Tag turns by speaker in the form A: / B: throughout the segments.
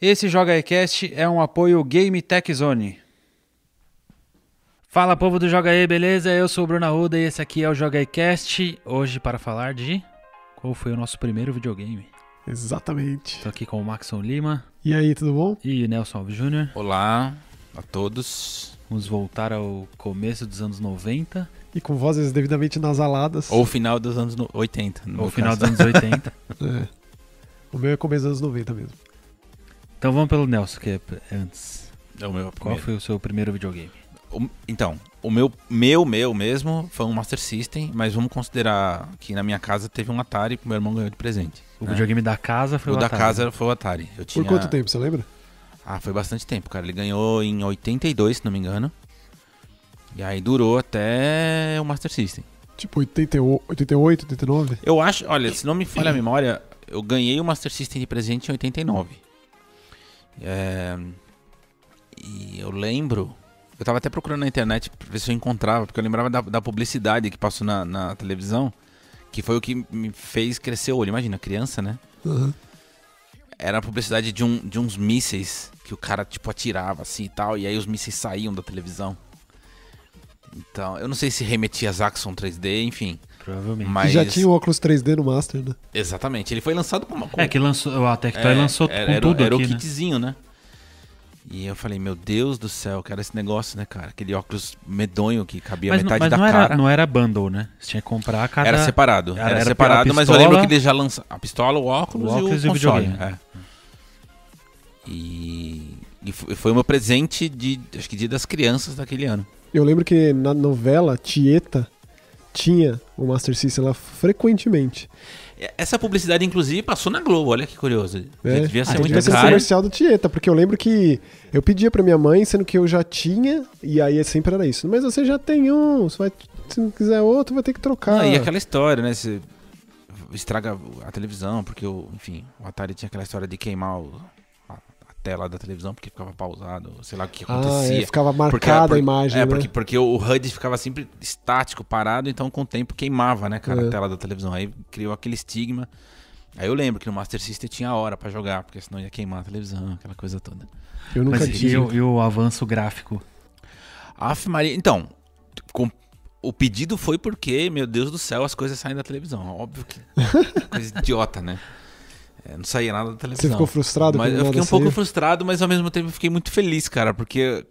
A: Esse Joga Ecast é um apoio Game Tech Zone.
B: Fala povo do Joga E, beleza? Eu sou o Bruno Arruda e esse aqui é o Joga Ecast. Hoje para falar de qual foi o nosso primeiro videogame.
C: Exatamente.
B: Tô aqui com o Maxon Lima
C: E aí, tudo bom?
B: e Nelson Alves Jr.
D: Olá a todos.
B: Vamos voltar ao começo dos anos 90
C: E com vozes devidamente nasaladas.
D: Ou final dos anos no- 80. No
B: ou
D: meu
B: final
D: caso.
B: dos anos 80.
C: É. O meu é começo dos anos 90 mesmo.
B: Então vamos pelo Nelson, que é p- antes.
D: É o meu
B: Qual
D: primeiro.
B: foi o seu primeiro videogame?
D: O- então, o meu, meu, meu mesmo foi um Master System, mas vamos considerar que na minha casa teve um Atari que meu irmão ganhou de presente.
B: O
D: né?
B: videogame da casa
D: O
B: foi o
D: da
B: Atari.
D: casa foi o Atari. Eu tinha...
C: Por quanto tempo, você lembra?
D: Ah, foi bastante tempo, cara. Ele ganhou em 82, se não me engano. E aí durou até o Master System.
C: Tipo 88, 88, 89?
D: Eu acho, olha, se não me falha a memória, eu ganhei o Master System de presente em 89. É, e eu lembro. Eu tava até procurando na internet pra ver se eu encontrava, porque eu lembrava da, da publicidade que passou na, na televisão, que foi o que me fez crescer o olho. Imagina, criança, né?
C: Aham.
D: Era a publicidade de, um, de uns mísseis que o cara, tipo, atirava assim e tal, e aí os mísseis saíam da televisão. Então, eu não sei se remetia a Zaxxon 3D, enfim.
B: Provavelmente.
D: Mas.
C: Já tinha o óculos 3D no Master, né?
D: Exatamente, ele foi lançado com uma com-
B: É que lançou, a Tectoy
D: É,
B: lançou
D: era,
B: com
D: era o-
B: tudo
D: era
B: aqui,
D: o
B: né?
D: kitzinho, né? E eu falei, meu Deus do céu, cara, esse negócio, né, cara? Aquele óculos medonho que cabia
B: Mas, não-
D: metade
B: mas
D: da
B: não,
D: cara.
B: era, não era bundle, né? Você tinha que comprar cada...
D: Era separado.
B: Era-
D: Era,
B: era a
D: separado, mas eu
B: pistola-
D: lembro que ele já lança a pistola, o óculos,
B: O óculos e
D: e
B: o
D: o console.
B: videogame.
D: é. E, e fo- foi o meu presente de, acho que dia das crianças daquele ano.
C: Eu lembro que na novela Tieta tinha o Master System lá frequentemente.
D: E Essa publicidade, inclusive, passou na Globo, olha que curioso.
C: É.
D: Devia ser
C: Então
D: muito
C: devia ser esse
D: caro.
C: comercial do Tieta, porque eu lembro que eu pedia pra minha mãe, sendo que eu já tinha, e aí sempre era isso. Mas você já tem um, você vai, se não quiser outro, vai ter que trocar.
D: Não, e aquela história, né? Você estraga a televisão, porque, o, enfim, o Atari tinha aquela história de queimar o- a, a tela da televisão porque ficava pausado, sei lá o que
C: ah,
D: acontecia.
C: é, ficava
D: Porque era
C: marcada
D: por-
C: a imagem, né?
D: É, porque, porque o HUD ficava sempre estático, parado, então com o tempo queimava, né, cara,
C: É.
D: a tela da televisão. Aí criou aquele estigma. Aí eu lembro que no Master System tinha a hora pra jogar, porque senão ia queimar a televisão, aquela coisa toda.
C: Eu nunca
B: Mas
C: tive.
B: e, o, e o avanço gráfico?
D: Aff, Maria. Então, com- o pedido foi porque, meu Deus do céu, as coisas saem da televisão. Óbvio que. coisa idiota, né? É, não saía nada da televisão.
C: Você ficou frustrado
D: Mas
C: com
D: eu
C: nada assim?
D: fiquei um
C: saiu?
D: pouco frustrado, mas ao mesmo tempo eu fiquei muito feliz, cara, porque.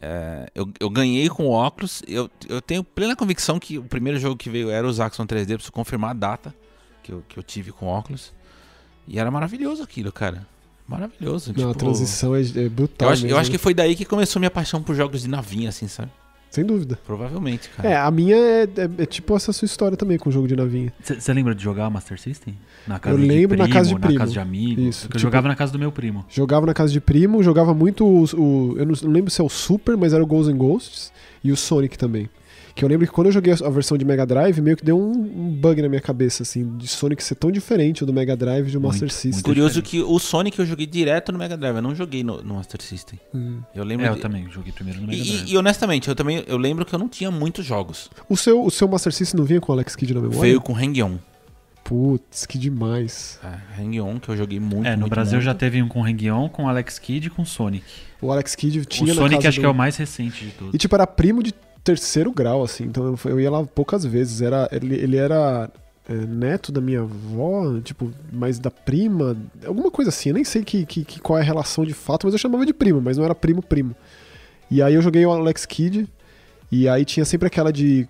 D: é, eu, eu ganhei com o óculos. Eu, eu tenho plena convicção que o primeiro jogo que veio era o Zaxxon 3D. Preciso confirmar a data que eu, que eu tive com o óculos. E era maravilhoso aquilo, cara. Maravilhoso.
C: Não, a
D: tipo,
C: transição é, é
D: eu
C: brutal.
D: acho, eu
C: mesmo,
D: acho
C: né?
D: que foi daí que começou minha paixão por jogos de navinha, assim, sabe?
C: Sem dúvida.
D: Provavelmente,
C: É,
D: cara.
C: a minha é, é- é tipo essa sua história também com o jogo de navinha.
B: Você lembra de jogar Master System? Na casa
C: Eu
B: de
C: lembro
B: primo,
C: na casa de primo.
B: casa de amigo.
C: Isso,
B: Porque eu
C: tipo-
B: jogava na casa do meu primo.
C: Jogava na casa de primo, jogava muito os- o. Eu não não lembro se é o Super, mas era o Ghosts and Ghosts e o Sonic também. Que eu lembro que quando eu joguei a a versão de Mega Drive, meio que deu um, um bug na minha cabeça, assim, de Sonic ser tão diferente do Mega Drive e do Master
B: Muito,
C: System.
D: Curioso que o Sonic eu joguei direto no Mega Drive, eu não joguei no, no Master System.
C: Hum.
D: Eu lembro.
B: É, eu
D: de-
B: também joguei primeiro no Mega
D: E,
B: Drive.
D: e- e honestamente, eu também eu lembro que eu não tinha muitos jogos.
C: O seu, o seu Master System não vinha com o Alex Kidd na memória?
D: Veio com Hang-On.
C: Putz, que demais.
D: É, Hang-On que eu joguei muito.
B: É, no
D: muito,
B: Brasil
D: muito.
B: já teve um com Renguion, com Alex Kidd e com Sonic.
C: O Alex Kidd tinha
B: o
C: na
B: Sonic
C: casa
B: acho
C: do-
B: que é o mais recente de todos.
C: E tipo, era primo de terceiro grau, assim, então eu, eu ia lá poucas vezes. Era, ele, ele era é, neto da minha avó, tipo, mas da prima, alguma coisa assim. Eu nem sei que, que, que- qual é a relação de fato, mas eu chamava de primo, mas não era primo-primo. E aí eu joguei o Alex Kidd, e aí tinha sempre aquela de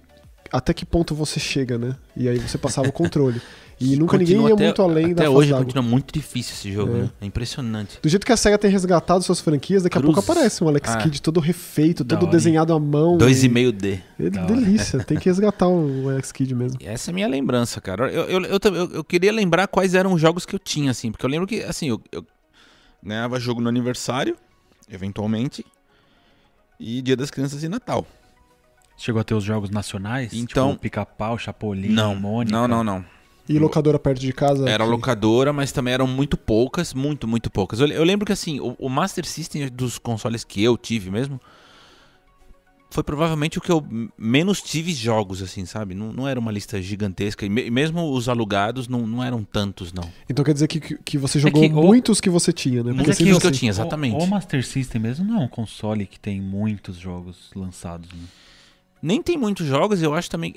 C: até que ponto você chega, né? E aí você passava o controle. E nunca ninguém
D: Continua
C: ia
D: até-
C: muito além
D: Até
C: da
D: hoje
C: fase d'água.
D: continua muito difícil esse jogo,
C: É.
D: né? É impressionante.
C: Do jeito que a SEGA tem resgatado suas franquias, daqui a
D: Cruzes.
C: pouco aparece um Alex
D: Ah.
C: Kidd todo refeito,
B: Da
C: todo
B: hora, hein?
C: desenhado à mão. e-
D: 2,5D.
C: é
B: Da hora.
C: delícia, tem que resgatar o Alex Kidd mesmo.
D: E Essa é a minha lembrança, cara. Eu, eu, eu, tam- eu- eu queria lembrar quais eram os jogos que eu tinha, assim, porque eu lembro que, assim, eu, eu ganhava jogo no aniversário, eventualmente, e Dia das Crianças e Natal.
B: Chegou a ter os jogos nacionais?
D: Então-
B: Tipo, Pica-Pau, Chapolin, Mônica.
D: não, não, não.
C: E locadora perto de casa?
D: Era
C: que-
D: locadora, mas também eram muito poucas, muito, muito poucas. Eu, eu lembro que, assim, o, o Master System dos consoles que eu tive mesmo, foi provavelmente o que eu menos tive jogos, assim, sabe? Não, não era uma lista gigantesca. E me- mesmo os alugados não, não eram tantos, não.
C: Então quer dizer que, que que você jogou
B: que ou-
C: muitos que você tinha, né?
D: É Mas
C: Porque
D: é que
C: sempre
D: os que eu
C: assim.
D: tinha, exatamente.
B: O, o Master System mesmo não é um console que tem muitos jogos lançados. Né?
D: Nem tem muitos jogos, eu acho também.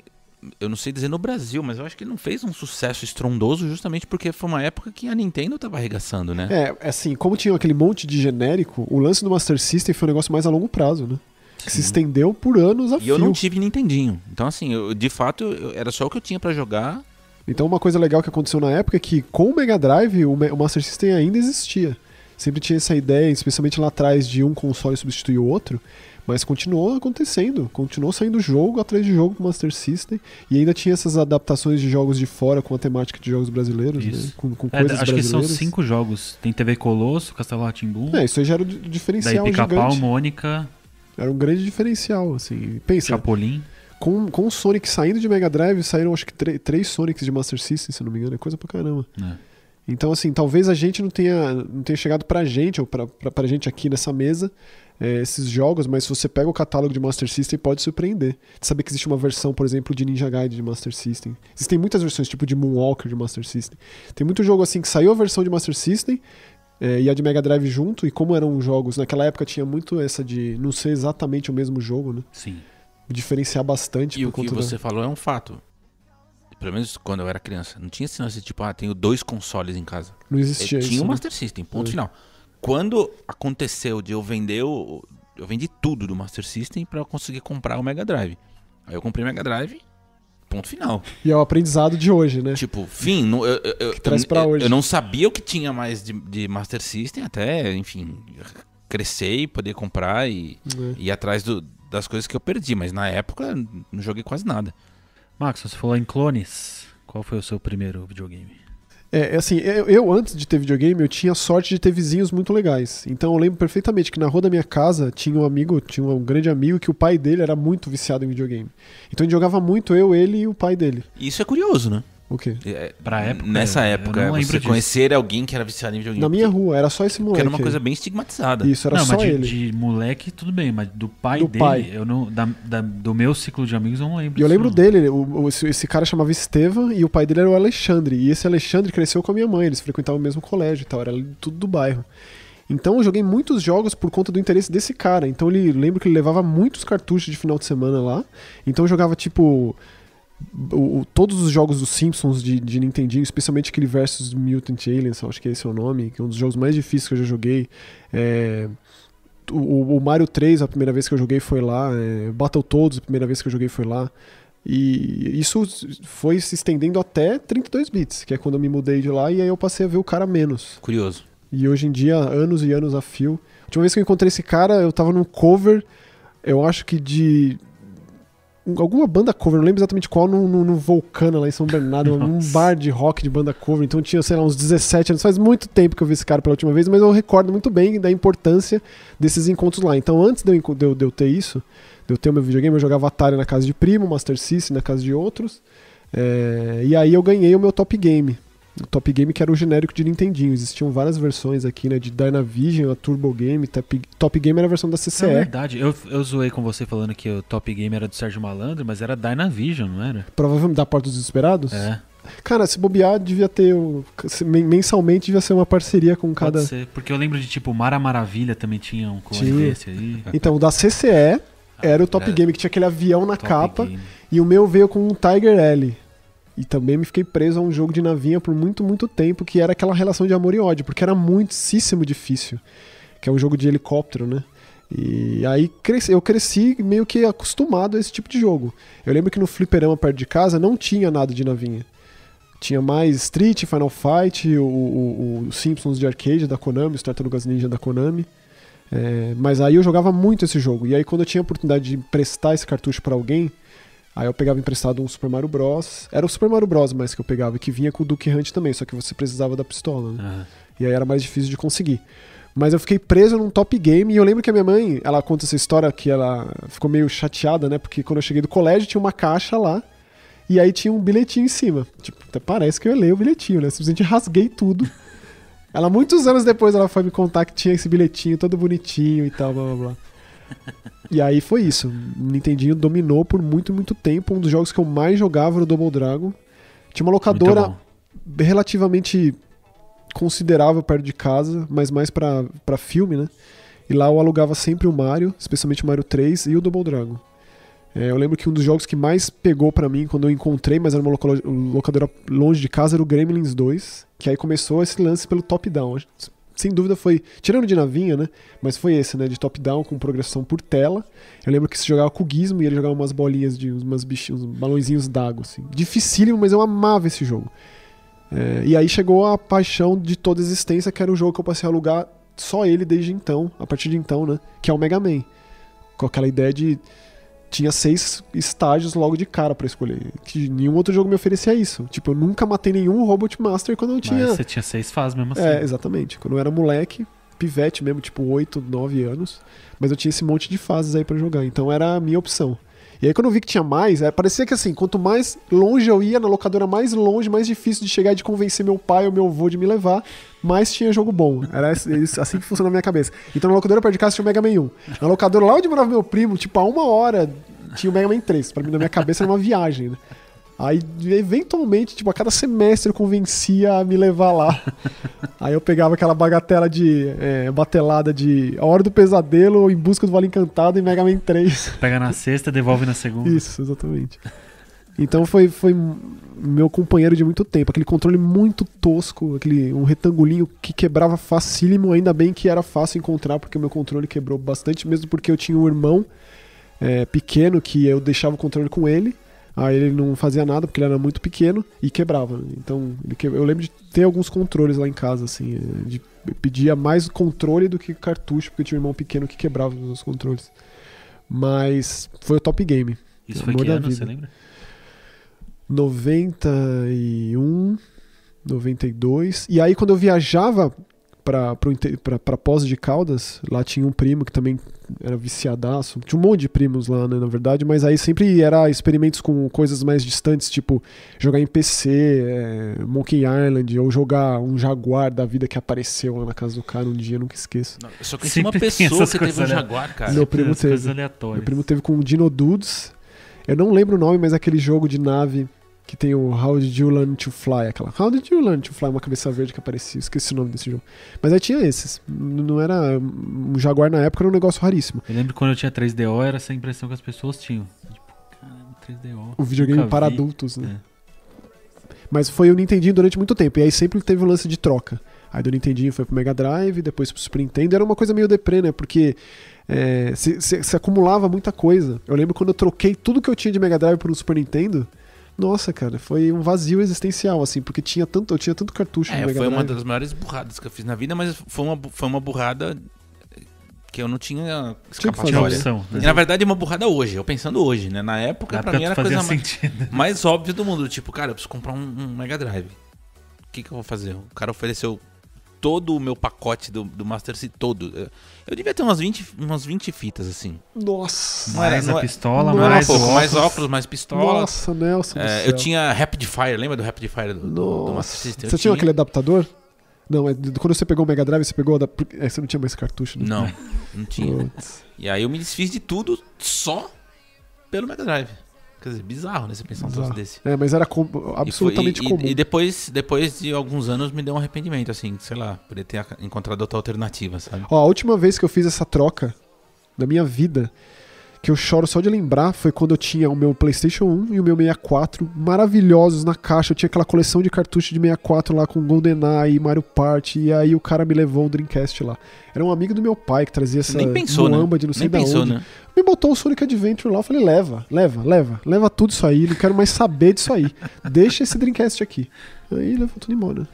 D: Eu não sei dizer no Brasil, mas eu acho que não fez um sucesso estrondoso justamente porque foi uma época que a Nintendo tava arregaçando, né?
C: É, assim, como tinha aquele monte de genérico, o lance do Master System foi um negócio mais a longo prazo, né? Que se estendeu por anos a
D: E eu
C: fio.
D: não tive Nintendinho. Então, assim, eu- de fato, eu- era só o que eu tinha pra jogar.
C: Então uma coisa legal que aconteceu na época é que com o Mega Drive o, Me- o Master System ainda existia. Sempre tinha essa ideia, especialmente lá atrás, de um console substituir o outro. Mas continuou acontecendo, continuou saindo jogo atrás de jogo com o Master System. E ainda tinha essas adaptações de jogos de fora com a temática de jogos brasileiros,
B: Isso.
C: né? com, com
B: É,
C: coisas
B: acho que
C: brasileiras.
B: são cinco jogos. Tem TV Colosso, Castelo Rá-Tim-Bum,
C: É, isso aí já era o di-
B: daí
C: diferencial
B: Pica-Pau,
C: gigante.
B: Mônica,
C: Era um grande diferencial, assim. Pensa,
B: Chapolin.
C: com, com o Sonic saindo de Mega Drive, saíram acho que tre- três Sonics de Master System, se não me engano, é coisa pra caramba.
B: É.
C: Então, assim, talvez a gente não tenha, não tenha chegado pra gente, ou pra, pra, pra gente aqui nessa mesa, eh, esses jogos, mas se você pega o catálogo de Master System, pode surpreender. De saber que existe uma versão, por exemplo, de Ninja Gaiden de Master System. Existem muitas versões, tipo de Moonwalker de Master System. Tem muito jogo, assim, que saiu a versão de Master System, eh, e a de Mega Drive junto, e como eram jogos, naquela época tinha muito essa de não ser exatamente o mesmo jogo, né?
B: Sim.
C: Diferenciar bastante
D: e
C: por
D: o que
C: conta da-
D: você falou é um fato. Pelo menos quando eu era criança. Não tinha esse lance tipo, ah, tenho dois consoles em casa.
C: Não
D: Eu
C: existia
D: É, tinha
C: isso.
D: o
C: né?
D: Master System, ponto
C: É.
D: final. Quando aconteceu de eu vender, o- eu vendi tudo do Master System pra eu conseguir comprar o Mega Drive. Aí eu comprei o Mega Drive, ponto final.
C: E é o aprendizado de hoje, né?
D: Tipo, fim, não- eu, eu- eu-
C: traz pra
D: eu-
C: hoje.
D: eu não sabia o que tinha mais de, de Master System até, enfim, crescer e poder comprar e
C: É.
D: e ir atrás do- das coisas que eu perdi. Mas na época, eu não joguei quase nada.
B: Max, você falou em clones. Qual foi o seu primeiro videogame?
C: É, é assim, eu, eu, antes de ter videogame, eu tinha sorte de ter vizinhos muito legais. Então eu lembro perfeitamente que na rua da minha casa tinha um amigo, tinha um grande amigo que o pai dele era muito viciado em videogame. Então a gente jogava muito, eu, ele e o pai dele.
D: E isso é curioso, né?
C: O quê?
D: É,
B: Pra época,
D: Nessa
B: eu
D: época,
B: não
D: você
B: lembro disso.
D: conhecer alguém que era viciado em videogame.
C: Na minha rua, era só esse moleque.
D: Porque era uma
C: aí.
D: coisa bem estigmatizada.
C: Isso, era
B: não,
C: só
B: mas de,
C: ele.
B: de moleque, tudo bem, mas do pai
C: Do
B: dele,
C: pai.
B: eu não. da- da- do meu ciclo de amigos eu não lembro.
C: E eu
B: disso,
C: lembro
B: não.
C: dele, o- o- esse, esse cara chamava Estevam e o pai dele era o Alexandre. E esse Alexandre cresceu com a minha mãe, eles frequentavam o mesmo colégio e tal, era ali tudo do bairro. Então eu joguei muitos jogos por conta do interesse desse cara. Então ele lembro que ele levava muitos cartuchos de final de semana lá. Então eu jogava tipo. o- o- todos os jogos dos Simpsons de, de Nintendinho, especialmente aquele versus Mutant Aliens, eu acho que esse é o nome, que é um dos jogos mais difíceis que eu já joguei. É, o, o Mario 3, a primeira vez que eu joguei foi lá. É, Battletoads, a primeira vez que eu joguei foi lá. E isso foi se estendendo até 32 bits, que é quando eu me mudei de lá e aí eu passei a ver o cara menos.
D: Curioso.
C: E hoje em dia, anos e anos a fio. A última vez que eu encontrei esse cara, eu tava num cover, eu acho que de. um- Alguma banda cover, não lembro exatamente qual, num, num, num Vulcana lá em São Bernardo, num bar de rock de banda cover. Então eu tinha, sei lá, uns 17 anos. Faz muito tempo que eu vi esse cara pela última vez, mas eu recordo muito bem da importância desses encontros lá. Então antes de eu, enco- de eu, de eu ter isso, de eu ter o meu videogame, eu jogava Atari na casa de primo, Master System na casa de outros. É, e aí eu ganhei o meu Top Game. O Top Game que era o genérico de Nintendinho. Existiam várias versões aqui, né? De Dynavision, a Turbo Game, Top, Top Game era a versão da
B: É
C: CCE.
B: verdade, eu, eu zoei com você falando que o Top Game era do Sérgio Malandro, mas era Dynavision, não era?
C: Provavelmente da Porta dos Desesperados.
B: É,
C: Cara, se bobear, devia ter. o- se- men- Mensalmente devia ser uma parceria
B: pode
C: com cada.
B: ser. Porque eu lembro de tipo, Mara Maravilha também tinha um clone
C: Tinha.
B: desse aí.
C: Então, o da CCE era o Top
D: era-
C: Game, que tinha aquele avião
B: Ah,
C: na
B: é. Top
C: capa.
B: Game.
C: E o meu veio com um Tiger L. E também me fiquei preso a um jogo de navinha por muito, muito tempo, que era aquela relação de amor e ódio, porque era muitíssimo difícil. Que é um jogo de helicóptero, né? E aí cresci- eu cresci meio que acostumado a esse tipo de jogo. Eu lembro que no fliperama perto de casa não tinha nada de navinha. Tinha mais Street, Final Fight, o, o- o Simpsons de arcade da Konami, os Tartarugas Ninja da Konami. É, mas aí eu jogava muito esse jogo. E aí quando eu tinha a oportunidade de emprestar esse cartucho pra alguém, Aí eu pegava emprestado um Super Mario Bros. Era o Super Mario Bros. mais que eu pegava, que vinha com o Duke Hunt também, só que você precisava da pistola, né?
B: Ah,
C: E aí era mais difícil de conseguir. Mas eu fiquei preso num top game e eu lembro que a minha mãe, ela conta essa história que ela ficou meio chateada, né? Porque quando eu cheguei do colégio tinha uma caixa lá e aí tinha um bilhetinho em cima. Tipo, até parece que eu leio o bilhetinho, né? Simplesmente rasguei tudo. Ela, muitos anos depois, ela foi me contar que tinha esse bilhetinho todo bonitinho e tal, blá blá blá. E aí foi isso. O Nintendinho dominou por muito, muito tempo. Um dos jogos que eu mais jogava no Double Dragon. Tinha uma locadora
D: bom.
C: relativamente considerável perto de casa, mas mais pra, pra filme, né? E lá eu alugava sempre o Mario, especialmente o Mario 3 e o Double Dragon. É, eu lembro que um dos jogos que mais pegou pra mim quando eu encontrei, mas era uma loca- locadora longe de casa, era o Gremlins 2, que aí começou esse lance pelo top-down. Sem dúvida foi, tirando de navinha, né? Mas foi esse, né? De top-down com progressão por tela. Eu lembro que se jogava com o Gizmo e ele jogava umas bolinhas de uns, umas bichinhos- uns balãozinhos d'água, assim. Dificílimo, mas eu amava esse jogo. É, e aí chegou a paixão de toda a existência, que era o jogo que eu passei a alugar só ele desde então, a partir de então, né? Que é o Mega Man. Com aquela ideia de. Tinha seis estágios logo de cara pra escolher. Que nenhum outro jogo me oferecia isso. Tipo, eu nunca matei nenhum Robot Master quando eu tinha.
B: Mas você tinha seis fases mesmo assim.
C: É, exatamente. Quando eu era moleque, pivete mesmo, tipo 8, 9 anos, mas eu tinha esse monte de fases aí pra jogar, então era a minha opção. E aí quando eu vi que tinha mais, é, parecia que assim, quanto mais longe eu ia na locadora, mais longe, mais difícil de chegar e de convencer meu pai ou meu avô de me levar, mais tinha jogo bom. Era esse- isso- assim que funcionou na minha cabeça. Então na locadora perto de casa tinha o Mega Man 1. Na locadora lá onde morava meu primo, tipo a uma hora, tinha o Mega Man 3. Pra mim na minha cabeça era uma viagem, né? Aí, eventualmente, tipo, a cada semestre eu convencia a me levar lá. Aí eu pegava aquela bagatela de. é, batelada de A Hora do Pesadelo, Em Busca do Vale Encantado e Mega Man 3.
B: Pega na sexta, devolve na segunda.
C: Isso, exatamente. Então foi, foi meu companheiro de muito tempo. Aquele controle muito tosco, aquele um retangulinho que quebrava facílimo. Ainda bem que era fácil encontrar, porque o meu controle quebrou bastante, mesmo porque eu tinha um irmão é, pequeno que eu deixava o controle com ele. Aí ele não fazia nada porque ele era muito pequeno e quebrava. né? Então ele que- eu lembro de ter alguns controles lá em casa, assim. é, De... eu pedia mais controle do que cartucho, porque eu tinha um irmão pequeno que quebrava os meus controles. Mas foi o top game.
B: Isso foi
C: Amor
B: que
C: da
B: ano,
C: vida.
B: você lembra?
C: 91, 92. um, E aí, quando eu viajava pra, pro, inte- pra, pra Pós de Caldas, lá tinha um primo que também era viciadaço. Tinha um monte de primos lá, né, na verdade, mas aí sempre era experimentos com coisas mais distantes, tipo jogar em PC, é, Monkey Island, ou jogar um Jaguar da vida que apareceu lá na casa do cara um dia, nunca esqueço.
D: Não, eu Só conheci uma
B: Sempre tem
D: pessoa
B: essas
D: que teve um
B: coisas, né?
D: jaguar, cara.
C: Meu primo
B: As coisas
C: teve.
B: aleatórias.
C: Meu primo teve com o Dino Dudes. Eu não lembro o nome, mas é aquele jogo de nave que tem o How Did You Learn to Fly, aquela. How Did You Learn to Fly, uma cabeça verde que aparecia, esqueci o nome desse jogo. Mas aí tinha esses. N- Não era um Jaguar na época, era um negócio raríssimo.
B: Eu lembro que quando eu tinha 3DO, era essa impressão que as pessoas tinham. Tipo, caramba, 3DO.
C: O videogame
B: Nunca
C: para
B: vi.
C: adultos, né?
D: É.
C: Mas foi o Nintendinho durante muito tempo. E aí sempre teve o lance de troca. Aí do Nintendinho foi pro Mega Drive, depois pro Super Nintendo. Era uma coisa meio deprê, né? Porque é, se, se- se acumulava muita coisa. Eu lembro quando eu troquei tudo que eu tinha de Mega Drive por um Super Nintendo. Nossa, cara, foi um vazio existencial, assim, porque tinha tanto, eu tinha tanto cartucho no
D: É,
C: Mega
D: foi uma
C: Drive.
D: das maiores burradas que eu fiz na vida, mas foi uma, bu- foi uma burrada que eu não tinha
C: Tinha que fazer,
B: Tinha
D: escapatória.
B: opção.
D: E
B: Né?
D: na verdade é uma burrada hoje, eu pensando hoje, né? Na época,
B: Na época
D: pra mim
B: tu
D: era a
B: fazia assim.
D: coisa mais,
B: sentido.
D: mais óbvia do mundo. Tipo, cara, eu preciso comprar um, um Mega Drive. O que, que eu vou fazer? O cara ofereceu todo o meu pacote do, do Master System, todo. Eu devia ter umas 20, umas 20 fitas, assim.
C: Nossa,
D: Não era-
B: Mais
D: não
B: a
D: é-
B: pistola,
C: não
D: Não era
B: mais
D: pouco,
B: o
D: mais óculos, mais pistola.
C: nossa, Nelson. do
D: É,
C: céu.
D: eu tinha Rapid Fire, lembra do Rapid Fire do, do, do Master
C: Nossa.
D: System? Eu
C: Você tinha aquele adaptador? Não, é, do- quando você pegou o Mega Drive, você pegou. o adap- É, você não tinha mais cartucho, né?
D: Não, não tinha.
C: Putz.
D: E aí eu me desfiz de tudo só pelo Mega Drive. Quer dizer, bizarro, né? Você pensar um troço
C: Bizarro.
D: desse.
C: É, mas era com- absolutamente
D: e, foi- e-
C: comum.
D: E, e depois, depois de alguns anos me deu um arrependimento, assim, sei lá, poderia ter ac- encontrado outra alternativa, sabe?
C: Ó, a última vez que eu fiz essa troca na minha vida, que eu choro só de lembrar, foi quando eu tinha o meu PlayStation 1 e o meu 64 maravilhosos na caixa. Eu tinha aquela coleção de cartuchos de 64 lá com GoldenEye, Mario Party, e aí o cara me levou o Dreamcast lá. Era um amigo do meu pai que trazia essa
D: Você nem pensou, né?
C: muamba de não sei
D: nem
C: da
D: pensou,
C: onde.
D: né?
C: Me botou o Sonic Adventure lá, eu falei, leva, leva, leva, leva tudo isso aí, não quero mais saber disso aí. Deixa esse Dreamcast aqui. Aí levou tudo embora.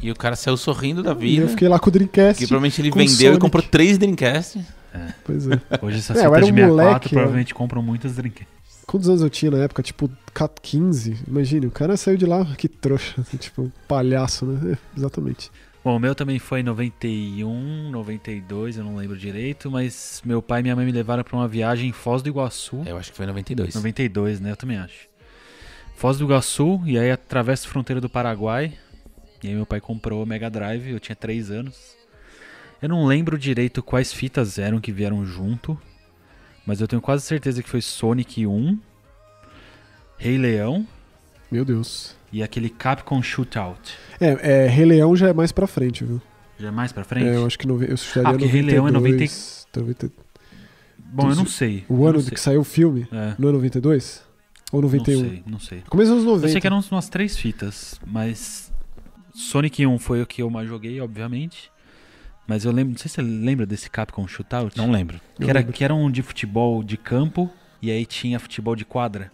D: E o cara saiu sorrindo da
C: E
D: vida.
C: eu fiquei lá com o Dreamcast.
D: Que provavelmente ele
C: com
D: vendeu e
C: Sonic.
D: comprou três Dreamcast.
C: Pois é.
B: Hoje essas
C: É, eu
B: fitas
C: era
B: de
C: um
B: 64
C: moleque,
B: provavelmente compram muitas drinks.
C: Quantos anos eu tinha na época? Tipo, 15? Imagine, o cara saiu de lá, que trouxa. Tipo, palhaço, né? É, exatamente.
B: Bom, o meu também foi em 91, 92, eu não lembro direito, mas meu pai e minha mãe me levaram pra uma viagem em Foz do Iguaçu.
D: É, Eu acho que foi em 92.
B: 92, né? Eu também acho. Foz do Iguaçu, e aí atravessa a fronteira do Paraguai. E aí meu pai comprou o Mega Drive, eu tinha 3 anos. Eu não lembro direito quais fitas eram que vieram junto, Mas eu tenho quase certeza que foi Sonic 1, Rei Leão
C: Meu Deus.
B: e aquele Capcom Shootout.
C: É, é, Rei Leão já é mais pra frente, viu?
B: Já é mais pra frente?
C: É, eu acho que nove... eu chutaria
B: Ah, porque Rei Leão é
C: 92, 90
B: Bom, eu não sei.
C: O ano
B: não
C: de
B: sei.
C: que um. saiu o filme?
B: É,
C: Não é 92? Ou
B: não
C: 91?
B: sei, não sei.
C: Começo dos anos 90.
B: Eu sei que um- eram umas três fitas, mas Sonic 1 foi o que eu mais joguei, obviamente. Mas eu lembro, não sei se você lembra desse Capcom Shootout?
D: Não lembro.
C: Eu
B: Que era,
C: lembro.
B: que era um de futebol de campo e aí tinha futebol de quadra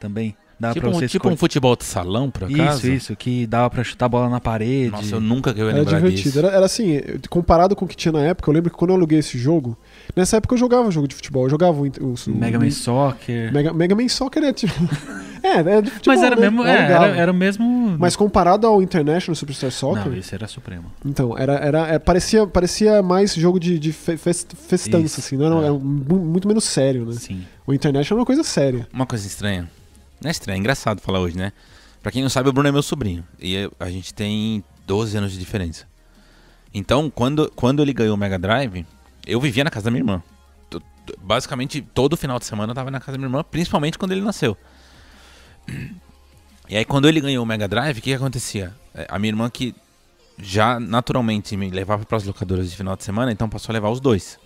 B: também. Dava
D: tipo
B: pra
D: um,
B: você
D: tipo um futebol de salão, por
B: escolher-
D: acaso?
B: Isso, isso, que dava pra chutar a bola na parede.
D: Nossa, eu nunca que eu ia
C: Era
D: lembrar
C: divertido.
D: disso.
C: Era, era assim, eu- comparado com o que tinha na época, eu lembro que quando eu aluguei esse jogo, nessa época eu jogava jogo de futebol. Eu jogava o. o, o
B: Mega Man Soccer.
C: Mega, Mega Man Soccer é tipo. é, é de
D: Tipo
C: futebol.
B: Mas era,
D: um
C: né?
B: mesmo,
C: Eu
B: é,
C: alugava.
B: era, era o mesmo.
C: Mas comparado ao International Superstar Soccer,
B: Não, esse era Supremo.
C: então, era, era, é, parecia, parecia mais jogo de, de fe- fest- festança,
B: Isso,
C: assim, não era,
B: é.
C: era mu- muito menos sério, né?
B: Sim.
C: O International é uma coisa séria.
D: Uma coisa estranha. Não é estranha, é engraçado falar hoje, né? Pra quem não sabe, o Bruno é meu sobrinho. E eu- a gente tem 12 anos de diferença. Então, quando, quando ele ganhou o Mega Drive, eu vivia na casa da minha irmã. T- t- Basicamente, todo final de semana eu tava na casa da minha irmã, principalmente quando ele nasceu. E aí, quando ele ganhou o Mega Drive, o que, que acontecia? É, A minha irmã, que já naturalmente me levava pras locadoras de final de semana, então passou a levar os dois.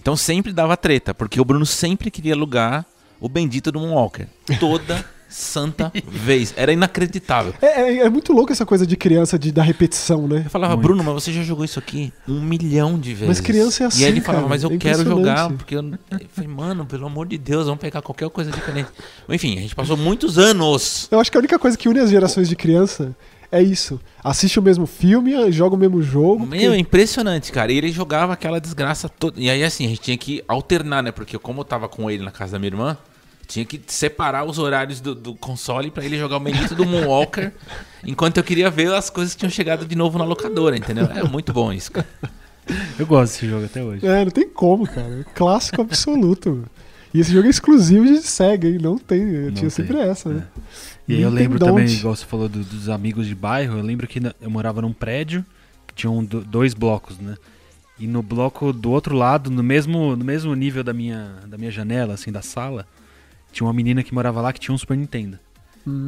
D: Então sempre dava treta, porque o Bruno sempre queria alugar o bendito do Moonwalker. Toda santa vez. Era inacreditável.
C: É, é- é muito louco essa coisa de criança de, da repetição, né?
D: Eu falava,
B: Muito.
D: Bruno, mas você já jogou isso aqui um milhão de vezes.
C: Mas criança é assim,
D: E aí ele falava,
C: cara.
D: mas eu
C: É
D: quero
C: impressionante.
D: jogar, porque eu. eu falei, mano, pelo amor de Deus, vamos pegar qualquer coisa diferente. Enfim, a gente passou muitos anos.
C: Eu acho que a única coisa que une as gerações de criança é isso. Assiste o mesmo filme, joga o mesmo jogo.
D: Meu, é
C: porque-
D: impressionante, cara. E ele jogava aquela desgraça toda. E aí, assim, a gente tinha que alternar, né? Porque como eu tava com ele na casa da minha irmã, tinha que separar os horários do, do console pra ele jogar o bendito do Moonwalker, enquanto eu queria ver as coisas que tinham chegado de novo na locadora, entendeu? É muito bom isso, cara.
B: Eu gosto desse jogo até hoje.
C: É, não tem como, cara. É Clássico absoluto. meu. E esse jogo é exclusivo de SEGA, hein? Não tem. tinha
B: tem,
C: sempre essa, né?
B: E aí eu lembro
C: Nintendonte.
B: também, igual você falou do- dos amigos de bairro, eu lembro que na- eu morava num prédio que tinha um do- dois blocos, né? E no bloco do outro lado, no mesmo, no mesmo nível da minha, da minha janela, assim, da sala, tinha uma menina que morava lá que tinha um Super Nintendo.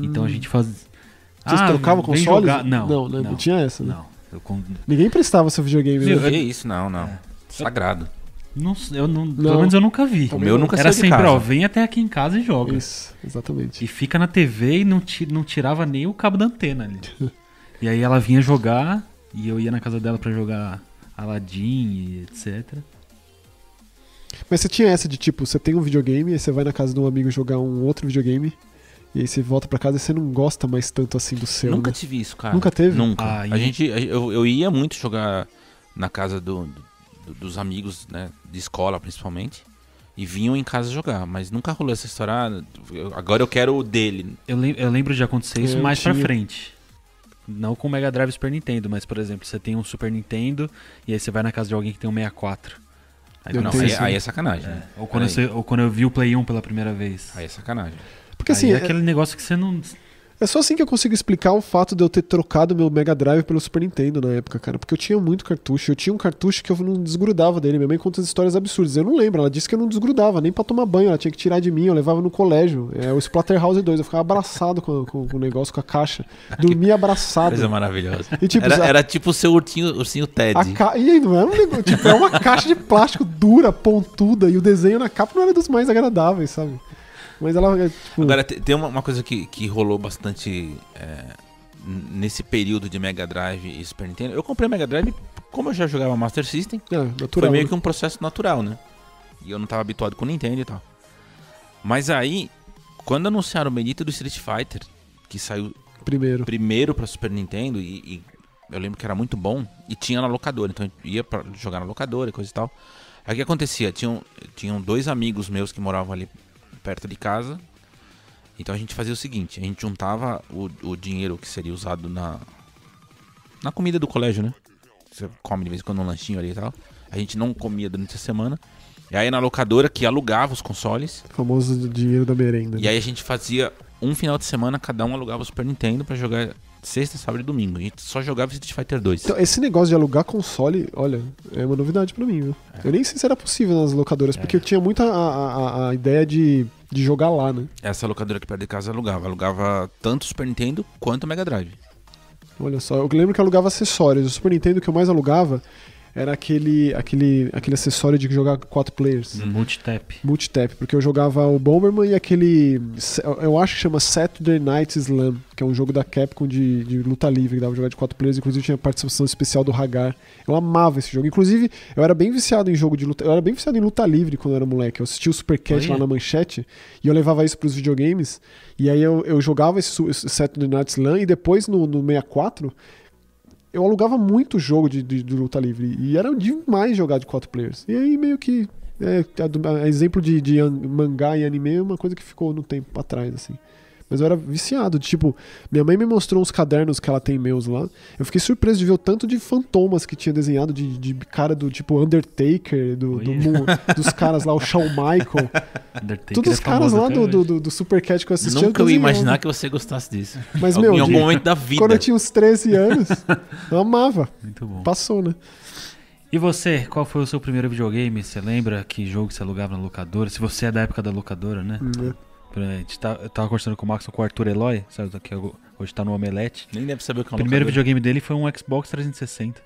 B: Então a gente fazia.
C: Hum. Vocês trocavam
B: vem
C: consoles?
B: jogar- Não,
C: Não, né? não tinha essa, né?
B: Não. Eu, con-
C: Ninguém prestava seu videogame.
B: Viu?
C: né?
D: Que isso, não, não. Sagrado.
B: não, eu não,
C: Não.
B: Pelo menos eu nunca vi.
D: O meu nunca
B: Era
D: saiu de
B: sempre,
D: casa.
B: ó, vem até aqui em casa e joga.
C: Isso, exatamente.
B: E fica na TV e não, ti- não tirava nem o cabo da antena ali. E aí ela vinha jogar e eu ia na casa dela pra jogar Aladdin e etc.
C: Mas você tinha essa de tipo, você tem um videogame, aí você vai na casa de um amigo jogar um outro videogame, e aí você volta pra casa e você não gosta mais tanto assim do seu.
D: Nunca
C: né?
D: tive isso, cara.
C: Nunca teve?
D: Nunca.
B: Ah, e-
D: A gente, a- eu, eu ia muito jogar na casa do- do- dos amigos, né? De escola, principalmente. E vinham em casa jogar, mas nunca rolou essa história. "Ah, eu- agora eu quero o dele.
B: Eu, lem- eu lembro de acontecer isso
C: Eu
B: mais pra
C: tinha.
B: frente. Não com o Mega Drive e Super Nintendo, mas por exemplo, você tem um Super Nintendo e aí você vai na casa de alguém que tem um 64. Aí
C: Eu
B: não,
D: não,
C: tenho
D: aí,
C: isso,
D: aí
C: né?
D: é sacanagem. né?
B: Ou quando,
D: Peraí.
B: você- ou quando eu vi o Play 1 pela primeira vez.
D: Aí é sacanagem.
C: Porque assim,
B: Aí é
C: é,
B: aquele negócio que você não.
C: é só assim que eu consigo explicar o fato de eu ter trocado meu Mega Drive pelo Super Nintendo na época, cara. Porque eu tinha muito cartucho. Eu tinha um cartucho que eu não desgrudava dele. Minha mãe conta as histórias absurdas. Eu não lembro. Ela disse que eu não desgrudava, nem pra tomar banho. Ela tinha que tirar de mim. Eu levava no colégio. É o Splatterhouse 2. Eu ficava abraçado com, com- com o negócio, com a caixa. Dormia abraçado.
D: Coisa maravilhosa.
C: E, tipo,
D: era,
C: a-
D: era tipo o seu ursinho, ursinho Ted.
C: A ca... E aí, não era um negócio. Tipo, é uma caixa de plástico dura, pontuda, e o desenho na capa não era dos mais agradáveis, sabe? Mas ela. é, Tipo,
D: Agora, te- tem uma, uma coisa que, que rolou bastante é, n- nesse período de Mega Drive e Super Nintendo. Eu comprei Mega Drive, como eu já jogava Master System,
C: é, natural.
D: Foi meio
C: Meio
D: que um processo natural, né? E eu não tava habituado com o Nintendo e tal. Mas aí, quando anunciaram o Benito do Street Fighter, que saiu
C: Primeiro.
D: primeiro pra Super Nintendo, e, e eu lembro que era muito bom, e tinha na locadora, então eu ia pra jogar na locadora e coisa e tal. Aí o que acontecia? Tinham, tinham dois amigos meus que moravam ali perto de casa, então a gente fazia o seguinte: a gente juntava o, o dinheiro que seria usado na, na comida do colégio, né? Você come de vez em quando um lanchinho ali e tal. A gente não comia durante a semana. E aí na locadora que alugava os consoles.
C: Famoso dinheiro da merenda. né?
D: E aí a gente fazia um final de semana, cada um alugava o Super Nintendo pra jogar Sexta, sábado e domingo. A gente só jogava Street Fighter 2.
C: Então, esse negócio de alugar console, olha, é uma novidade pra mim, viu? Eu nem sei se era possível nas locadoras, porque eu tinha muita a, a- a ideia de, de jogar lá, né?
D: Essa locadora aqui perto de casa alugava. Alugava tanto o Super Nintendo quanto o Mega Drive.
C: Olha só, eu lembro que eu alugava acessórios. O Super Nintendo que eu mais alugava era aquele, aquele, aquele acessório de jogar quatro players.
B: Hum. Multitap.
C: Multitap, porque eu jogava o Bomberman e aquele. Eu acho que chama Saturday Night Slam, que é um jogo da Capcom de, de luta livre, que dava pra jogar de quatro players, inclusive tinha participação especial do Hagar. Eu amava esse jogo. Inclusive, eu era bem viciado em jogo de luta. Eu era bem viciado em luta livre quando eu era moleque. Eu assistia o Supercat
B: Olha.
C: lá na manchete e eu levava isso pros videogames. E aí eu, eu jogava esse, su- esse Saturday Night Slam e depois no, no 64. Eu alugava muito jogo de, de- de luta livre. E era demais jogar de quatro players. E aí meio que é, a do- a- exemplo de, de an- mangá e anime é uma coisa que ficou no tempo atrás, assim. Mas eu era viciado, tipo, minha mãe me mostrou uns cadernos que ela tem meus lá. Eu fiquei surpreso de ver o tanto de fantomas que tinha desenhado, de, de cara do tipo Undertaker, do, do
B: Olha.
C: mu- dos caras lá, o Shawn Michael.
B: Undertaker
C: todos
B: é
C: os caras
B: famoso
C: lá
B: até
C: do,
B: hoje.
C: do, do, do Supercat que eu assistia.
D: Nunca eu ia
C: desenhava.
D: imaginar que você gostasse disso.
C: Mas,
D: Algu-
C: meu,
D: em
C: de-
D: algum momento da vida.
C: quando eu tinha uns 13 anos, eu amava.
B: Muito bom.
C: Passou, né?
B: E você, qual foi o seu primeiro videogame? Você lembra que jogo que você alugava na locadora? Se você é da época da locadora,
C: Hum.
B: né?
D: Hum, é.
B: Pra- a gente tá- eu tava conversando com o Max com o Arthur Eloy, sabe, que hoje tá no Omelete.
D: Nem deve saber o que
B: O
D: é um
B: primeiro
D: locador.
B: videogame dele foi um Xbox 360.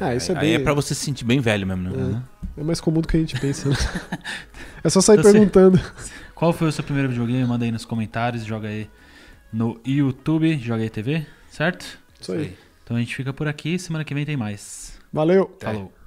C: Ah, isso é
D: Aí é
C: bem-
D: pra você se sentir bem velho mesmo, né?
B: Aham.
C: É mais comum do que a gente pensa. Né? É só sair
B: Então, você-
C: perguntando.
B: Qual foi o seu primeiro videogame? Manda aí nos comentários, joga aí no YouTube, joga aí TV, certo?
C: Isso aí.
B: Então a gente fica por aqui, semana que vem tem mais.
C: Valeu.
B: Falou.